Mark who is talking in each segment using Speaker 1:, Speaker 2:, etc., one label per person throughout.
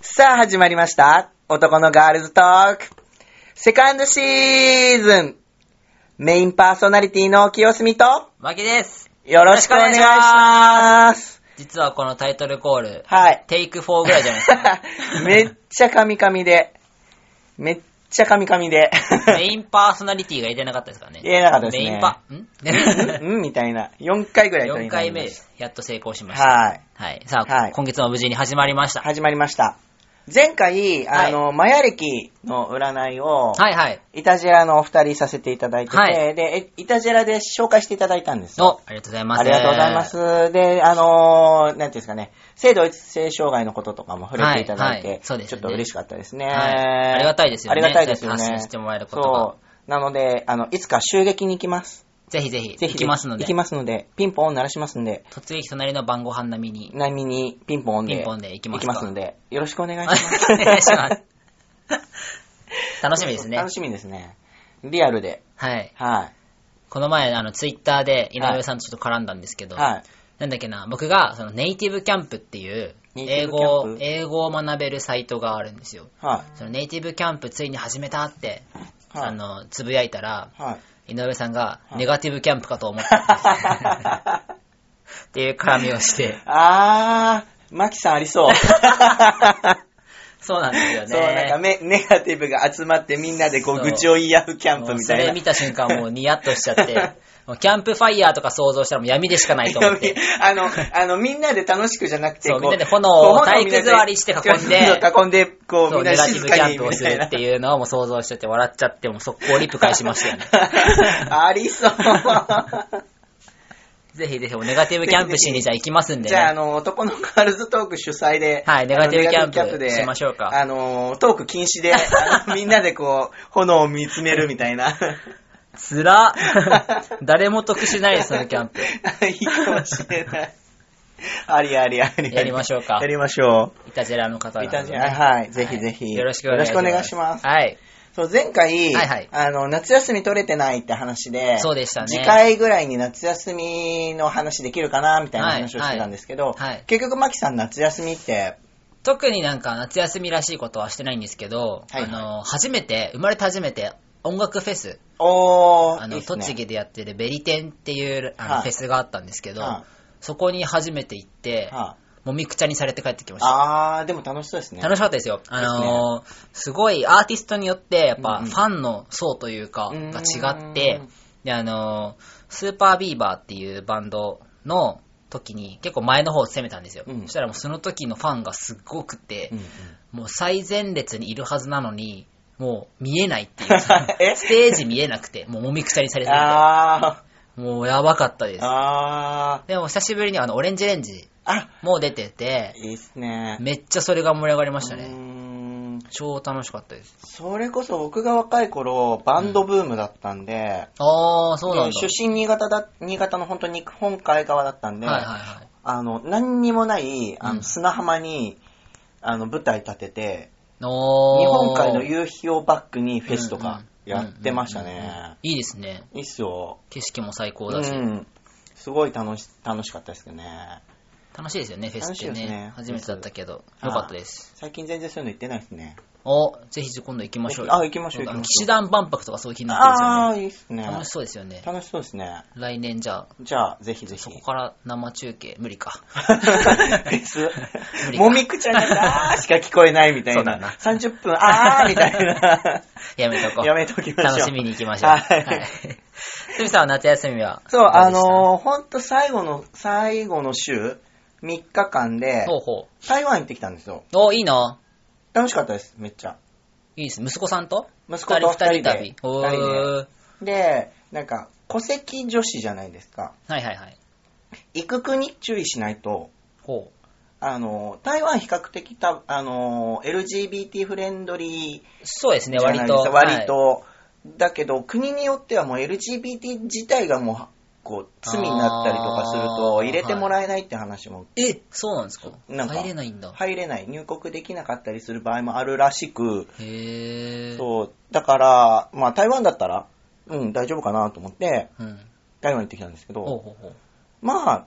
Speaker 1: さあ始まりました。男のガールズトーク。セカンドシーズン。メインパーソナリティの清澄と、
Speaker 2: マキです。
Speaker 1: よろしくお願いします。
Speaker 2: 実はこのタイトルコール、
Speaker 1: はい。
Speaker 2: テイク4ぐらいじゃないですか、
Speaker 1: ね、めっちゃカミカミで、めっちゃカミカミで。
Speaker 2: メインパーソナリティが入れなかったですからね。
Speaker 1: 入れなかったですね。
Speaker 2: メインパ、
Speaker 1: んうんみたいな。4回ぐらい
Speaker 2: 4回目です。やっと成功しました。
Speaker 1: はい。
Speaker 2: はい。さあ、はい、今月も無事に始まりました。
Speaker 1: 始まりました。前回、あの、はい、マヤ歴の占いを、
Speaker 2: はいはい。
Speaker 1: イタジェラのお二人させていただいてて、はい、で、イタジェラで紹介していただいたんです
Speaker 2: よ。お、ありがとうございます。
Speaker 1: ありがとうございます。で、あのー、なんていうんですかね、性同一性障害のこととかも触れていただいて、はい、
Speaker 2: そうです、
Speaker 1: ね、ちょっと嬉しかったですね、
Speaker 2: ありがたいですよね。
Speaker 1: ありがたいですよね。
Speaker 2: 発信してもらえること
Speaker 1: そう。なので、あの、いつか襲撃に行きます。
Speaker 2: ぜひぜひ、行きますので。
Speaker 1: 行きますので、ピンポン鳴らしますんで。
Speaker 2: 突撃隣の晩ご飯並みに。
Speaker 1: 並みに、ピンポンで。。
Speaker 2: ピンポンで行きます
Speaker 1: 行きますので、よろしくお願いします。
Speaker 2: お願いします。 楽しみですね。
Speaker 1: 楽しみですね。リアルで。
Speaker 2: はい。
Speaker 1: はい。
Speaker 2: この前、あの、ツイッターで井上さんとちょっと絡んだんですけど、
Speaker 1: はい。
Speaker 2: なんだっけな、僕が、その、ネイティブキャンプっていう、英語、英語を学べるサイトがあるんですよ。。
Speaker 1: はい
Speaker 2: その、ネイティブキャンプついに始めたって、はい、あの、つぶやいたら、
Speaker 1: はい。
Speaker 2: 井上さんが、ネガティブキャンプかと思ったって。っていう絡みをして。
Speaker 1: あー、マキさんありそう。
Speaker 2: そうなんですよね。
Speaker 1: そう、なんかネガティブが集まってみんなでこう愚痴を言い合うキャンプみたいな。
Speaker 2: それ見た瞬間もうニヤッとしちゃ って。キャンプファイヤーとか想像したらもう闇でしか ないと思って。
Speaker 1: あの、あの、みんなで楽しくじゃなくて、
Speaker 2: そう、みんなで炎を体育座りして囲んで、
Speaker 1: 囲んで、こう、みんな
Speaker 2: でキャンプをするっていうのをもう想像してて笑っちゃって、もう速攻リプ返しました よね。
Speaker 1: ありそう。
Speaker 2: ぜひぜひ、ネガティブキャンプしにじゃあ行きますんで、ね、
Speaker 1: じゃあ、あの、男のガールズトーク主催で。
Speaker 2: はい、ネガティブキャンプでしましょうか。
Speaker 1: あの、トーク禁止で、みんなでこう、炎を見つめるみたいな。
Speaker 2: つら 誰も得しないです、そのキャ ンプ。
Speaker 1: いいかもしれない。ありありあり
Speaker 2: やりましょうか。
Speaker 1: やりましょ
Speaker 2: う。イタジェラの方
Speaker 1: が、ね。イタジェラ、はい。ぜひぜひ、はい。
Speaker 2: よろしくお願いします。
Speaker 1: よろしくお願いします。
Speaker 2: はい。
Speaker 1: そう、前回、
Speaker 2: はいはい、
Speaker 1: あの、夏休み取れてないって話で、
Speaker 2: そうでしたね。
Speaker 1: 次回ぐらいに夏休みの話できるかな、みたいな話をしてたんですけど、
Speaker 2: はい、はい、
Speaker 1: 結局、マキさん夏休みって、
Speaker 2: 特になんか夏休みらしいことはしてないんですけど、はいはい、あの、初めて、生まれて初めて音楽フェス。
Speaker 1: お
Speaker 2: あ
Speaker 1: い
Speaker 2: の、
Speaker 1: いね、
Speaker 2: 栃木でやってるベリテンっていうあの、はい、フェスがあったんですけど、はい、そこに初めて行って、、
Speaker 1: はい
Speaker 2: もみくちゃにされて帰ってきました。
Speaker 1: ああ、でも楽しそうですね。
Speaker 2: 楽しかったですよ。あのーね、すごいアーティストによって、やっぱ、うんうん、ファンの層というか、が違って、で、あのー、スーパービーバーっていうバンドの、時に結構前の方を攻めたんですよ、うん、そしたらもうその時のファンがすごくて、
Speaker 1: うんうん、
Speaker 2: もう最前列にいるはずなのにもう見えないっていうステージ 見えなくて、もうもみくちゃにされてるもうやばかったです。でも久しぶりにあの、オレンジレンジも出てて、
Speaker 1: いいっすね。
Speaker 2: めっちゃそれが盛り上がりましたね。超楽しかったです。
Speaker 1: それこそ僕が若い頃、バンドブームだったんで、
Speaker 2: うん、ああ、そうなんだ。
Speaker 1: 出身新潟だ、新潟の本当に日本海側だったんで、
Speaker 2: はいはいはい、
Speaker 1: あの、何にもない、あの砂浜に、うん、あの、舞台立てて、
Speaker 2: 日
Speaker 1: 本海の夕日をバックにフェスとかやってましたね。
Speaker 2: いいですね。
Speaker 1: いいっすよ。、
Speaker 2: 景色も最高だし。うん
Speaker 1: すごい楽し楽しかったですけどね。
Speaker 2: 楽しいですよね、フェスってね。ね初めてだったけど、よかったです。
Speaker 1: 最近全然そういうの行ってないですね。
Speaker 2: お、ぜひ今度行きましょう
Speaker 1: よ。あ、行きましょう。あの、
Speaker 2: 騎士団万博とかそういう気になってるんですよね。
Speaker 1: ああ、いいっすね。
Speaker 2: 楽しそうですよね。
Speaker 1: 楽しそうですね。
Speaker 2: 来年じゃあ。
Speaker 1: じゃあ、ぜひぜひ。
Speaker 2: そこから生中継、無理か。
Speaker 1: 別もみくちゃが、あーしか聞こえないみたいな。
Speaker 2: そうだな。
Speaker 1: 30分、あーみたいな。
Speaker 2: やめとこう。
Speaker 1: やめときましょう。
Speaker 2: 楽しみに行きましょう。はい。はいすみさんは夏休みは
Speaker 1: そう、あのー、ほんと最後の、最後の週、3日間で、
Speaker 2: ほうほ
Speaker 1: う台湾行ってきたんですよ。
Speaker 2: お、いいな。
Speaker 1: 楽しかったです、めっちゃ。
Speaker 2: いいです。息子さんと
Speaker 1: 息子と二人
Speaker 2: 旅。おー。
Speaker 1: で、なんか、戸籍女子じゃないですか。
Speaker 2: はいはいはい。
Speaker 1: 育国注意しないと、
Speaker 2: ほう。
Speaker 1: あの、台湾比較的た、あの、LGBT フレンドリー。
Speaker 2: そうですね、割と。、
Speaker 1: 割と。はい、だけど、国によってはもう LGBT 自体がもう、こう、罪になったりとかすると、入れてもらえないって話も。はい
Speaker 2: え、そうなんですか
Speaker 1: なんか
Speaker 2: 入れないんだ。
Speaker 1: 入れない。入国できなかったりする場合もあるらしく。
Speaker 2: へ
Speaker 1: そう。だから、まあ、台湾だったら、うん、大丈夫かなと思って、
Speaker 2: うん、
Speaker 1: 台湾行ってきたんですけど、
Speaker 2: ほうほうほう
Speaker 1: まあ、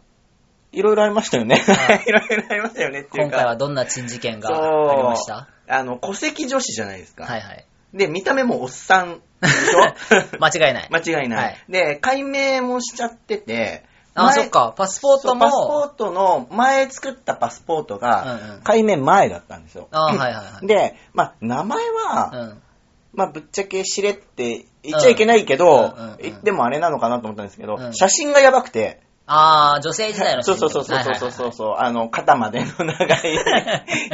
Speaker 1: いろいろありましたよね。 いろいろありましたよねっていう
Speaker 2: 今回は
Speaker 1: か、
Speaker 2: どんな珍事件が
Speaker 1: そう
Speaker 2: ありました
Speaker 1: あの、戸籍女子じゃないですか。
Speaker 2: はいはい。
Speaker 1: で、見た目もおっさんでし ょ
Speaker 2: 間違いない。
Speaker 1: 間違いない。
Speaker 2: はい
Speaker 1: で、解明もしちゃってて、
Speaker 2: あ、
Speaker 1: 前
Speaker 2: そっか。パスポー
Speaker 1: そ
Speaker 2: ト
Speaker 1: うパスポ
Speaker 2: も。
Speaker 1: ートの、前作ったパスポート
Speaker 2: うんう
Speaker 1: が
Speaker 2: ん、
Speaker 1: 解明前だったんですよ。
Speaker 2: あはいはいはい。
Speaker 1: で、まあ、名前は、
Speaker 2: うん。
Speaker 1: まあ、ぶっちゃけ知れって言っちゃいけないけど、
Speaker 2: うんうんうん
Speaker 1: 言ってもあれなのかなと思ったんですけど、
Speaker 2: うん
Speaker 1: 写真がやばくて、
Speaker 2: あー、女性時代の
Speaker 1: そう
Speaker 2: 写
Speaker 1: そ
Speaker 2: 真
Speaker 1: うそうそうそうそうそううそう、あの、肩までの長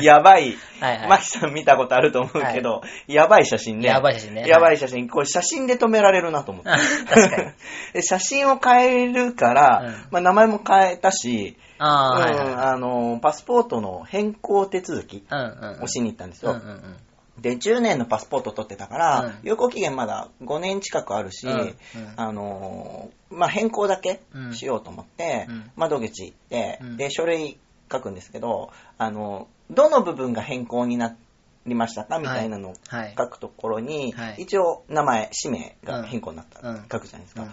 Speaker 1: い、やばい、
Speaker 2: はいはい
Speaker 1: マキさん見たことあると思うけど、やばい写真ね。
Speaker 2: やばい写真ね
Speaker 1: やばい写真。これ写真で止められるなと思って。
Speaker 2: 確かに
Speaker 1: で写真を変えるから、
Speaker 2: うん
Speaker 1: まあ、名前も変えたし、
Speaker 2: あー、はいうはい
Speaker 1: ん
Speaker 2: はい。
Speaker 1: あの、パスポートの変更手続き
Speaker 2: うんうん。
Speaker 1: をしに行ったんです
Speaker 2: うん
Speaker 1: よ。
Speaker 2: うんうん。
Speaker 1: で、10年のパスポート取ってたから、
Speaker 2: うん
Speaker 1: 有効期限まだ5年近くあるし、
Speaker 2: うんうん
Speaker 1: あのーまあ、変更だけしようと思って、
Speaker 2: うん
Speaker 1: 窓口行って、
Speaker 2: うん
Speaker 1: で、書類書くんですけど、あのーどの部分が変更になりましたかみたいなのを
Speaker 2: はい。
Speaker 1: 書くところに、
Speaker 2: はい
Speaker 1: 一応名前、氏名が変更になった、
Speaker 2: うん
Speaker 1: 書くじゃないですか。
Speaker 2: うん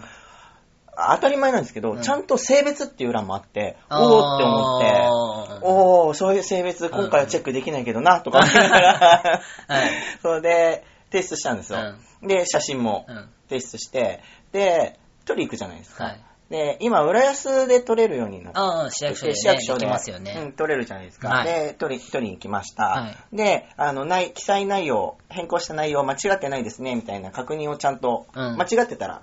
Speaker 1: 当たり前なんですけど、
Speaker 2: うん
Speaker 1: ちゃんと性別っていう欄もあって、おーって思って、
Speaker 2: あー
Speaker 1: おー、そういう性別、今回はチェックできないけどな、とか思いながら、
Speaker 2: はい
Speaker 1: それで、提出したんですよ。で、写真も
Speaker 2: うん。
Speaker 1: 提出して、で、取り行くじゃないですか。
Speaker 2: はい。
Speaker 1: で、今、浦安で取れるようになって、
Speaker 2: あー、市役所でね、
Speaker 1: 市役所
Speaker 2: で
Speaker 1: で
Speaker 2: きますよね。
Speaker 1: うん、取れるじゃないですか。
Speaker 2: はい
Speaker 1: で取り、取りに行きました。
Speaker 2: は
Speaker 1: であのない、記載内容、変更した内容、間違ってないですねみたいな確認をちゃんと、
Speaker 2: うん
Speaker 1: 間違ってたら、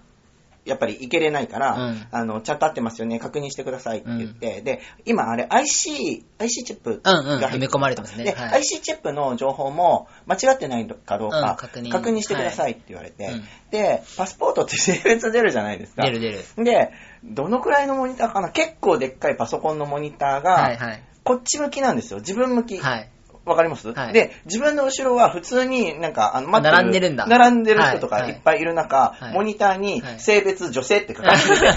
Speaker 1: やっぱりいけれないから、
Speaker 2: うん
Speaker 1: あの、ちゃんと合ってますよね、確認してくださいって言って、で、今、あれ、IC、IC チップ
Speaker 2: う
Speaker 1: が
Speaker 2: んうん。埋
Speaker 1: 入っ
Speaker 2: め込まれてます
Speaker 1: で、
Speaker 2: ね。はい
Speaker 1: IC チップの情報も間違ってないかどうか、
Speaker 2: うん確認
Speaker 1: してくださいって言われて、
Speaker 2: はいうん
Speaker 1: で、パスポートって性別出るじゃないですか。
Speaker 2: 出る出る。
Speaker 1: で、どのくらいのモニターかな結構でっかいパソコンのモニターが、
Speaker 2: はいはい。
Speaker 1: こっち向きなんですよ。自分向き。
Speaker 2: はい。
Speaker 1: わかります、
Speaker 2: はい
Speaker 1: で、自分の後ろは普通になんか、あの、待って
Speaker 2: 並んでるんだ
Speaker 1: 並んでる人と
Speaker 2: はい
Speaker 1: か
Speaker 2: は
Speaker 1: い
Speaker 2: い
Speaker 1: っぱいいる中、
Speaker 2: はい
Speaker 1: モニターに
Speaker 2: はい
Speaker 1: 性別女性って書かれてて、 キャーみ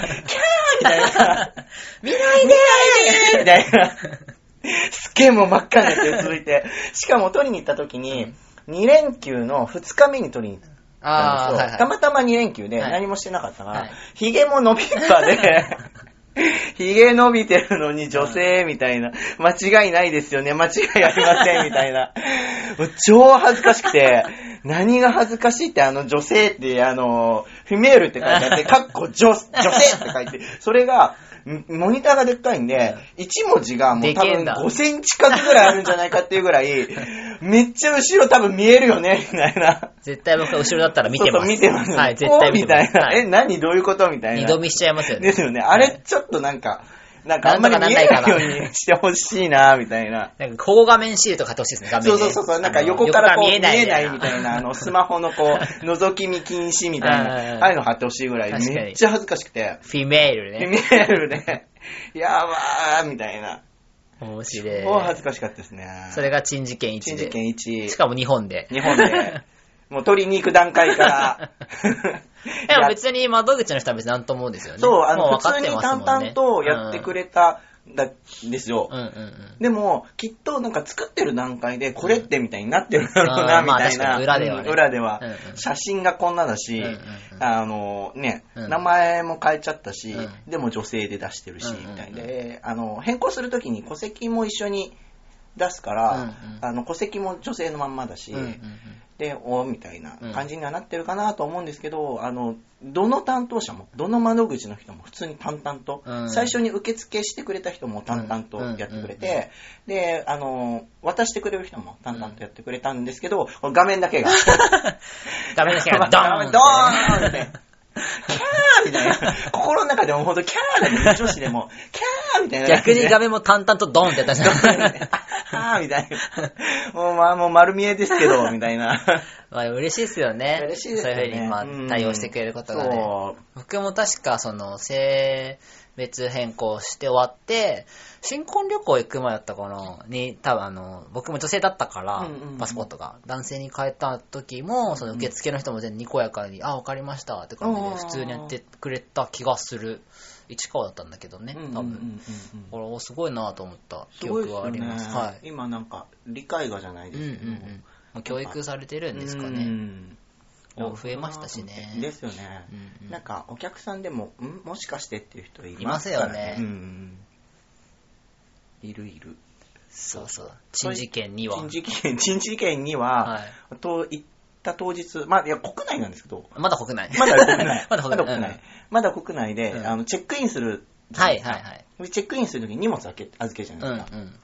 Speaker 1: たいな、
Speaker 2: 見ないで
Speaker 1: みたいな、すっげえもう真っ赤になって続いて、しかも取りに行った時に、2連休の2日目に取りに行ったんですよ。
Speaker 2: あー、はいはい。
Speaker 1: たまたま2連休で
Speaker 2: はい
Speaker 1: 何もしてなかったから、
Speaker 2: はい
Speaker 1: ヒゲも伸びっぱ で、ヒゲ伸びてるのに女性みたいな、間違いないですよね、間違いありませんみたいな。もう超恥ずかしくて、何が恥ずかしいってあの女性って、あの、フィメールって書いてあって、かっこ女女性って書いて、それが、んモニターがでっかいんで、1文字がもう多
Speaker 2: でけえ
Speaker 1: 分
Speaker 2: んだ
Speaker 1: 5センチ角ぐらいあるんじゃないかっていうぐらい、めっちゃ後ろ多分見えるよね、みたいな。
Speaker 2: 絶対僕は後ろだったら見てます。
Speaker 1: そうそう見てます。
Speaker 2: はい、絶対
Speaker 1: おー
Speaker 2: 見
Speaker 1: み
Speaker 2: て
Speaker 1: た
Speaker 2: ま
Speaker 1: い
Speaker 2: す。は
Speaker 1: な。
Speaker 2: い
Speaker 1: え、何どういうことみたいな。
Speaker 2: 二度見しちゃいますよね。
Speaker 1: ですよね。あれ、ちょっとなんか、なんかあんまり見えないようにしてほしいな、みたいな。
Speaker 2: なんか、高画面シールとか買ってほしいですね、画
Speaker 1: そう
Speaker 2: 面ね
Speaker 1: そうそうそう、なんか横からこう見え
Speaker 2: 横から
Speaker 1: ないみたいな、あ の、スマホのこう、覗き見禁止みたい
Speaker 2: うんうんう
Speaker 1: な、
Speaker 2: ん
Speaker 1: ああいうの貼ってほしいぐらい、
Speaker 2: 確かに
Speaker 1: めっちゃ恥ずかしくて、
Speaker 2: フィメール
Speaker 1: で
Speaker 2: ね。
Speaker 1: 見えるね、やばーみたいな。
Speaker 2: 面白い。
Speaker 1: もう恥ずかしかったですね。
Speaker 2: それが珍事件1
Speaker 1: 新
Speaker 2: で。
Speaker 1: 事件1。
Speaker 2: しかも日本で。
Speaker 1: 日本 で、もう取りに行く段階から。
Speaker 2: でも別に窓口の人は別に何とも思うんですよね。
Speaker 1: そう、あ
Speaker 2: も
Speaker 1: の、
Speaker 2: 分か
Speaker 1: 普
Speaker 2: っ
Speaker 1: 通に
Speaker 2: てますもん
Speaker 1: 淡
Speaker 2: ね
Speaker 1: 々とやってくれたんだですよ。
Speaker 2: うんうんうん。
Speaker 1: でも、きっとなんか作ってる段階で、これってみたいになってるだろうな、
Speaker 2: うん
Speaker 1: みたいな。
Speaker 2: まあ確かに裏ではね
Speaker 1: うん裏では
Speaker 2: うんうん
Speaker 1: 写真がこんなだし、
Speaker 2: うんうんうん
Speaker 1: あのね、
Speaker 2: うん
Speaker 1: 名前も変えちゃったし、
Speaker 2: うん
Speaker 1: でも女性で出してるし、
Speaker 2: うんうんうん
Speaker 1: みたいで、あの、変更するときに戸籍も一緒に出すから、
Speaker 2: うんうん
Speaker 1: あの、戸籍も女性のまんまだし、
Speaker 2: うんうんうん
Speaker 1: で、おみたいな感じにはなってるかなと思うんですけど、あの、どの担当者も、どの窓口の人も普通に淡々と、
Speaker 2: うん
Speaker 1: 最初に受付してくれた人も淡々とやってくれ
Speaker 2: うんうん
Speaker 1: て、で、あの、渡してくれる人も淡々とやってくれたんですけど、画面だけが、
Speaker 2: 画面 の人がドーン
Speaker 1: ドーンってね。キャーみたいな。心の中でもほんとキャーだね、女子でも。キャーみたいな感
Speaker 2: 逆
Speaker 1: じで。
Speaker 2: に画面も淡々とドーンってやったんですね。
Speaker 1: あーみたいな。もう、まあ、もう丸見えですけど、みたいな。
Speaker 2: まあ嬉しいですよね。
Speaker 1: 嬉しいですよね
Speaker 2: そういうふうにまあ対応してくれることがね。
Speaker 1: そ
Speaker 2: 僕も確かその性別変更して終わって新婚旅行行く前だったかなに多分あの僕も女性だったから、
Speaker 1: うんうんうん
Speaker 2: パスポートが男性に変えた時もその受付の人も全然にこやかに「あ分かりました」って感じ
Speaker 1: うん
Speaker 2: で普通にやってくれた気がする市川だったんだけどね
Speaker 1: う。
Speaker 2: 多
Speaker 1: う
Speaker 2: 分、
Speaker 1: んうんうんうん
Speaker 2: これおすごいなと思った
Speaker 1: す
Speaker 2: 記
Speaker 1: ごいです
Speaker 2: 憶はあ
Speaker 1: よ
Speaker 2: り
Speaker 1: ね
Speaker 2: ます。はい、
Speaker 1: 今なんか、理解がじゃない
Speaker 2: うん
Speaker 1: で
Speaker 2: うんう
Speaker 1: すけど。
Speaker 2: んもう教育されてるんですかね。
Speaker 1: うん
Speaker 2: こう増えましたしね
Speaker 1: ですよね。
Speaker 2: うんうん
Speaker 1: なんか、お客さんでも、んもしかしてっていう人い
Speaker 2: いま
Speaker 1: ますす
Speaker 2: よ
Speaker 1: から
Speaker 2: ね
Speaker 1: ね。うんうんいるいる。
Speaker 2: そうそう。珍事件には。
Speaker 1: 珍事件、珍事件には、
Speaker 2: はい。
Speaker 1: と行った当日、まあ、いや、国内なんですけ ど、
Speaker 2: まだ国内。。
Speaker 1: まだ国内
Speaker 2: まだ国内。
Speaker 1: まだ国内で、
Speaker 2: うん
Speaker 1: あの、チェックインする。
Speaker 2: うんはいはいはい。
Speaker 1: でチェックインするときに荷物預け預けるじゃ
Speaker 2: う
Speaker 1: ないですか、
Speaker 2: ん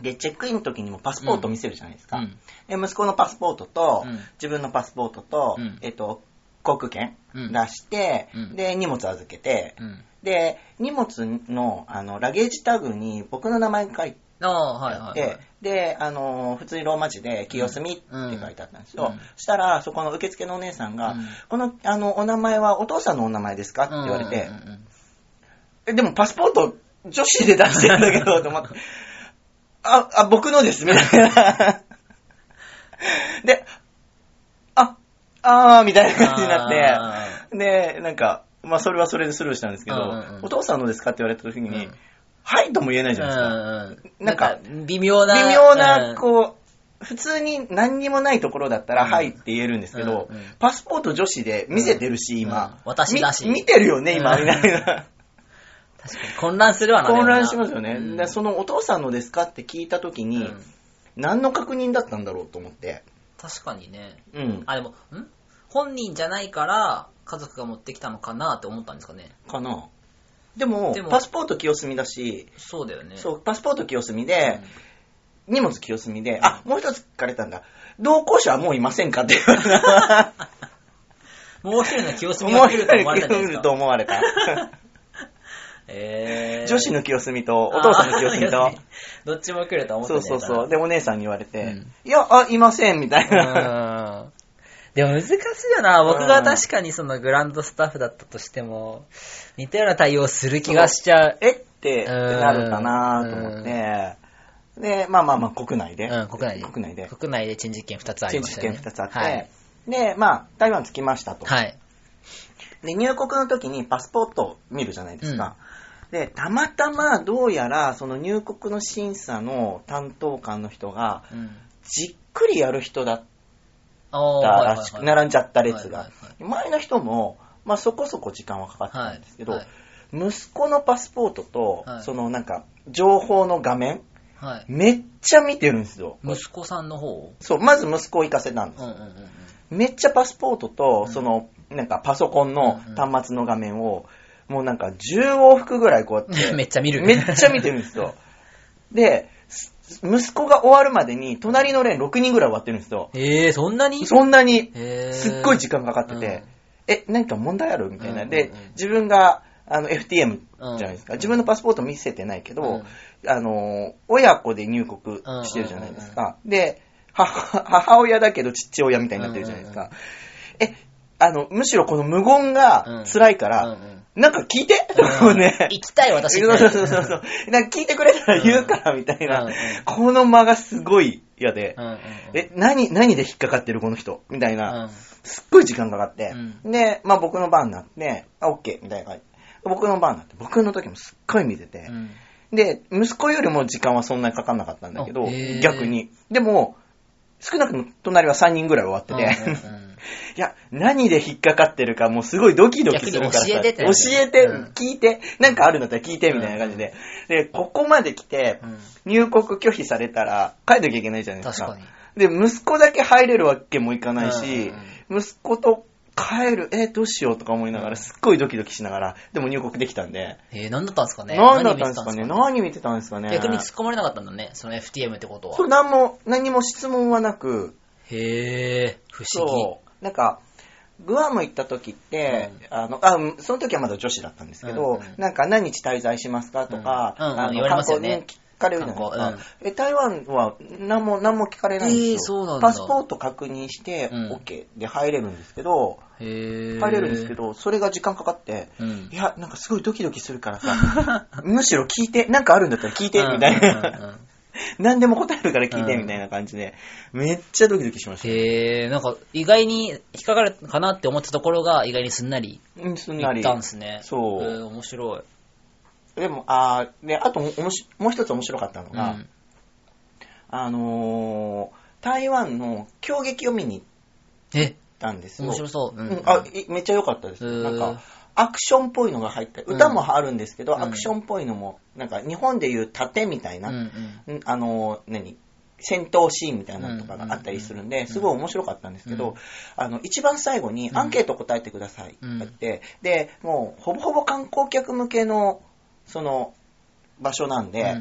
Speaker 1: で、チェックインのときにもパスポート見せるじゃないですか。
Speaker 2: うん。うん
Speaker 1: で、息子のパスポートと、
Speaker 2: うん
Speaker 1: 自分のパスポートと、
Speaker 2: うん
Speaker 1: えっと、航空券
Speaker 2: うん
Speaker 1: 出して、
Speaker 2: うん
Speaker 1: で、荷物預けて、
Speaker 2: うん。
Speaker 1: で、荷物の、あの、ラゲージタグに僕の名前書いて
Speaker 2: ああ、はい
Speaker 1: あっ
Speaker 2: は
Speaker 1: て、
Speaker 2: いはい。
Speaker 1: で、あのー普通にローマ字で、清澄って書いてあったんですよ。
Speaker 2: うん
Speaker 1: したら、そこの受付のお姉さんが、
Speaker 2: うん
Speaker 1: この、あの、お名前はお父さんのお名前ですかって言われて、
Speaker 2: うんうんうん
Speaker 1: え、でもパスポート女子で出してるんだけど、と思って。あ、あ、僕の です、みたいな。で、あ、あー、みたいな感じにな
Speaker 2: あ
Speaker 1: って、で、なんか、まあ、それはそれでスルーしたんですけど、
Speaker 2: うんうんうん
Speaker 1: お父さんのですかって言われた時に、
Speaker 2: うん
Speaker 1: はいとも言えないじゃないですか。
Speaker 2: ーうんうん
Speaker 1: な
Speaker 2: なんん
Speaker 1: か
Speaker 2: か、微妙な。
Speaker 1: 微妙な、
Speaker 2: うん
Speaker 1: こう、普通に何にもないところだったら、
Speaker 2: うん
Speaker 1: はいって言えるんですけど、
Speaker 2: うんうん
Speaker 1: パスポート女子で見せてるし、
Speaker 2: うん
Speaker 1: 今
Speaker 2: うん。私だし
Speaker 1: み見てるよね、今、
Speaker 2: う
Speaker 1: み
Speaker 2: ん
Speaker 1: たいな。
Speaker 2: 確かに混乱するわな。でも
Speaker 1: 混
Speaker 2: な
Speaker 1: 乱しますよね。
Speaker 2: うん
Speaker 1: でそのお父さんのですかって聞いたとき
Speaker 2: う
Speaker 1: に、
Speaker 2: ん
Speaker 1: 何の確認だったんだろうと思って。
Speaker 2: 確かにね。
Speaker 1: うん。
Speaker 2: あ、でも、ん本人じゃないから、家族が持ってきたのかなって思ったんですかね。
Speaker 1: かな。でも、
Speaker 2: でも
Speaker 1: パスポート清澄だし、
Speaker 2: そうだよね。
Speaker 1: そう、パスポート清澄
Speaker 2: うん。
Speaker 1: で、荷物清澄で、あ、もう一つ聞かれたんだ。同行者はもういませんか って言われた。
Speaker 2: もう一人の清澄
Speaker 1: も
Speaker 2: が
Speaker 1: う
Speaker 2: 来
Speaker 1: 一
Speaker 2: る
Speaker 1: 人
Speaker 2: と思われたんじゃない
Speaker 1: 来
Speaker 2: です
Speaker 1: ると思われ
Speaker 2: か。
Speaker 1: た。
Speaker 2: え ー
Speaker 1: 女子の清澄 と、お父さんの清澄
Speaker 2: あ
Speaker 1: と
Speaker 2: ー。どっちも来ると思っ
Speaker 1: そ
Speaker 2: て
Speaker 1: うそうそう。
Speaker 2: で
Speaker 1: で、お姉さんに言われて、
Speaker 2: うん
Speaker 1: いや、あ、いません、みたいな。
Speaker 2: でも難しいよな。僕が確かにそのグランドスタッフだったとしても、似たような対応する気がしちゃう。
Speaker 1: えって
Speaker 2: うん
Speaker 1: なるかなと思って、で、まあまあまあ、国内で。
Speaker 2: うん、国内で。
Speaker 1: 国内で。
Speaker 2: 国内で珍事件2つあり
Speaker 1: 選
Speaker 2: ま
Speaker 1: 手
Speaker 2: した
Speaker 1: 権
Speaker 2: よね。
Speaker 1: 2つあって、
Speaker 2: はい。
Speaker 1: で、まあ、台湾着きましたと。
Speaker 2: はい。
Speaker 1: で、入国の時にパスポートを見るじゃないですか。で、たまたま、どうやら、その入国の審査の担当官の人が、
Speaker 2: うん。
Speaker 1: じっくりやる人だっ
Speaker 2: お
Speaker 1: たらしく、並んじゃった列
Speaker 2: はい
Speaker 1: が
Speaker 2: は。
Speaker 1: 前の人も、まあ、そこそこ時間はかかった
Speaker 2: は
Speaker 1: ん
Speaker 2: い
Speaker 1: ですけど、
Speaker 2: はい
Speaker 1: 息子のパスポートと、
Speaker 2: はい
Speaker 1: そのなんか、情報の画面、
Speaker 2: はい。
Speaker 1: めっちゃ見てるんですよ。
Speaker 2: 息子さんの方
Speaker 1: そう、まず息子を行かせたんです
Speaker 2: うんうんうんうん。
Speaker 1: めっちゃパスポートと、
Speaker 2: うん
Speaker 1: その、なんかパソコンの
Speaker 2: うんうん
Speaker 1: 端末の画面を、もうなんか10往復ぐらいこうやって、
Speaker 2: めっちゃ見る。
Speaker 1: めっちゃ見てるんですよ。で、す息子が終わるまでに、隣のレーン6人ぐらい終わってるんですよ。
Speaker 2: えー、そんなに
Speaker 1: そんなに、
Speaker 2: へー
Speaker 1: すっごい時間かかってて、え、何か問題あるみたいな。
Speaker 2: うん
Speaker 1: で
Speaker 2: うんうん、
Speaker 1: 自分が、あの、FTM じゃないですか。
Speaker 2: うん
Speaker 1: 自分のパスポート見せてないけ
Speaker 2: う
Speaker 1: ど
Speaker 2: ん、
Speaker 1: あの、親子で入国してるじゃないですか。で、母母親だけど父親みたいになってるじゃないですか。え、あの、むしろこの無言が辛いか
Speaker 2: うん
Speaker 1: ら、
Speaker 2: うん
Speaker 1: なんか聞いてとかね。
Speaker 2: 行きたい私
Speaker 1: そうそうそうそう。なんか聞いてくれたら言うからみたいな
Speaker 2: うんうん。
Speaker 1: この間がすごい嫌で
Speaker 2: うん。うんうん、
Speaker 1: え、何、何で引っかかってるこの人みたいうな。
Speaker 2: ん、
Speaker 1: すっごい時間かかって、
Speaker 2: う
Speaker 1: で、まあ僕の番になって、あ、OK! みたいな感じ。僕の番になって、僕の時もすっごい見てて
Speaker 2: う、ん
Speaker 1: で、息子よりも時間はそんなにかかんなかったんだけど
Speaker 2: あへ、ー
Speaker 1: 逆に。でも、少なくとも隣は3人ぐらい終わって
Speaker 2: うん
Speaker 1: て、
Speaker 2: うんうん
Speaker 1: いや、何で引っかかってるか、もうすごいドキドキするからさ。
Speaker 2: 逆に教えてって
Speaker 1: 教
Speaker 2: なる
Speaker 1: えて、
Speaker 2: うん
Speaker 1: 聞いて、なんかあるんだったら聞いて、みたいな感じで。で、ここまで来て、入国拒否されたら、帰んなきゃいけないじゃないですか。
Speaker 2: 確か
Speaker 1: で、息子だけ入れるわけもいかないし、息子と帰る、え、どうしようとか思いながら、すっごいドキドキしながら、でも入国できたんで、
Speaker 2: えー、何だったんですかね
Speaker 1: 何だったんですかね
Speaker 2: 何見て
Speaker 1: 何見てたんですか
Speaker 2: たん
Speaker 1: ね
Speaker 2: ですか逆に突っ込まれなかったんだね、その FTM ってこと
Speaker 1: そう、
Speaker 2: は。
Speaker 1: 何も、何も質問はなく、
Speaker 2: へー、不思
Speaker 1: そう、なんか、グアム行った時って、あの、あ、うんその時はまだ女子だったんですけど、
Speaker 2: うんうん
Speaker 1: なんか何日滞在しますかとか、
Speaker 2: うんうんうん
Speaker 1: あの、
Speaker 2: 言われ
Speaker 1: 観
Speaker 2: ますよ
Speaker 1: 光
Speaker 2: ね
Speaker 1: ね、聞かれるじゃないですか
Speaker 2: 観。
Speaker 1: え、台湾は何も、何も聞かれないんですよ。
Speaker 2: えーそうなんだ
Speaker 1: パスポート確認して、
Speaker 2: うん
Speaker 1: OK で入れるんですけど、
Speaker 2: 議。へー。
Speaker 1: 入れるんですけ。ど、それが時間かかって、
Speaker 2: うん
Speaker 1: い。や、なんかすごいドキドキするからさ、 むしろ聞いて、なんかあるんだったら聞いて、みたい
Speaker 2: うんうんう
Speaker 1: な。
Speaker 2: ん
Speaker 1: 何でも答えるから聞いて、
Speaker 2: うん
Speaker 1: みたいな感じで、めっちゃドキドキしました。
Speaker 2: へー、なんか意外に引っかかるかなって思ってたところが意外にすんなり
Speaker 1: うん、すんな
Speaker 2: 行っ
Speaker 1: り。
Speaker 2: たんですね。
Speaker 1: そう
Speaker 2: えー面白い。
Speaker 1: でも、あーで、あともおもし、もう一つ面白かったの
Speaker 2: う
Speaker 1: が、
Speaker 2: ん。
Speaker 1: あのー台湾の狂撃を見に行っ
Speaker 2: え、
Speaker 1: たんですよ。
Speaker 2: 面白そう。う
Speaker 1: うん
Speaker 2: ん。
Speaker 1: あ、いめっちゃ良かったです。
Speaker 2: へー
Speaker 1: なんか、アクションっぽいのが入って、
Speaker 2: うん
Speaker 1: 歌もあるんですけど、
Speaker 2: うん
Speaker 1: アクションっぽいのも、なんか日本でいう盾みたいな、
Speaker 2: うん
Speaker 1: んあの、何戦闘シーンみたいなのとかがあったりするんで、
Speaker 2: ん
Speaker 1: すごい面白かったんですけど、
Speaker 2: うん
Speaker 1: あの、一番最後に
Speaker 2: うん
Speaker 1: アンケート答えてくださいって
Speaker 2: うん
Speaker 1: 言って、で、もう、ほぼほぼ観光客向けの、その、場所なん
Speaker 2: うん
Speaker 1: で、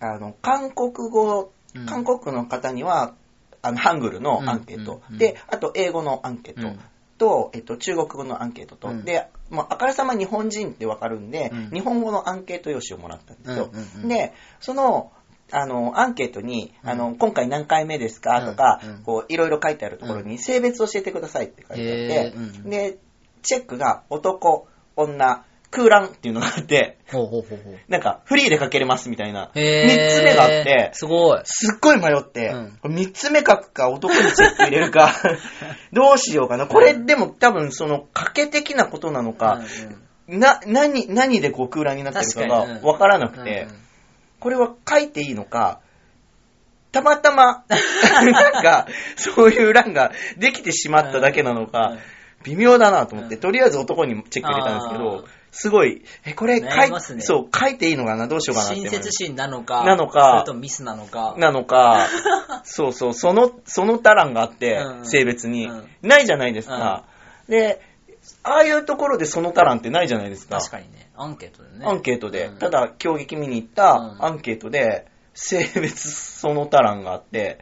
Speaker 1: あの、韓国語、
Speaker 2: うん
Speaker 1: 韓国の方には、あの、ハングルのアンケー
Speaker 2: うん
Speaker 1: ト
Speaker 2: うんう、ん
Speaker 1: で、あと、英語のアンケート、
Speaker 2: うん
Speaker 1: と、えっと、中国語のアンケートと、
Speaker 2: うん
Speaker 1: で、もうあからさま日本人ってわかるんで、
Speaker 2: うん
Speaker 1: 日本語のアンケート用紙をもらったんですよ。
Speaker 2: うんうんうん
Speaker 1: で、その、あの、アンケートに、
Speaker 2: うん
Speaker 1: あの、今回何回目ですかとか、
Speaker 2: うんうん
Speaker 1: こう、いろいろ書いてあるところに、性別を教えてくださいって書いて
Speaker 2: へ
Speaker 1: あって、
Speaker 2: ーうん
Speaker 1: で、チェックが男、女、空欄っていうのがあって、
Speaker 2: ほうほうほうほう。
Speaker 1: なんか、フリーで書けれますみたいな、
Speaker 2: へ
Speaker 1: 3
Speaker 2: ー
Speaker 1: つ目があって、
Speaker 2: すごい。
Speaker 1: すっごい迷って、3つ目書くか、男にチェック入れる か、どうしようかな。これ、でも多分、その、賭け的なことなのか、な、何、何でこう空欄になってるか
Speaker 2: 確かに
Speaker 1: が
Speaker 2: うん
Speaker 1: わからな
Speaker 2: うん
Speaker 1: く
Speaker 2: うん
Speaker 1: て、これは書いていいのか、たまたま、 なんか、そういう欄ができてしまっただけなの
Speaker 2: う
Speaker 1: か
Speaker 2: ん、
Speaker 1: 微妙だなと思って、
Speaker 2: うん
Speaker 1: とりあえず男にチェック入れたんですけ
Speaker 2: あ
Speaker 1: ど
Speaker 2: ー、
Speaker 1: すごい、え、これ書
Speaker 2: 悩み
Speaker 1: い、
Speaker 2: ますね
Speaker 1: そう、書いていいのかな、どうしようかなって思
Speaker 2: 親
Speaker 1: いました。
Speaker 2: 切心なのか、
Speaker 1: なのか
Speaker 2: それともミスなのか。
Speaker 1: なの か、そうそう、その、そのタランがあって
Speaker 2: う、ん
Speaker 1: 性別に
Speaker 2: うん。
Speaker 1: ないじゃないですか。で、ああいうところでそのタランってないじゃないですか。
Speaker 2: 確かにね。アンケートでね。
Speaker 1: アンケートで、
Speaker 2: うん
Speaker 1: ただ、競撃見に行っ
Speaker 2: う
Speaker 1: た
Speaker 2: ん
Speaker 1: アンケートで、性別そのタランがあって、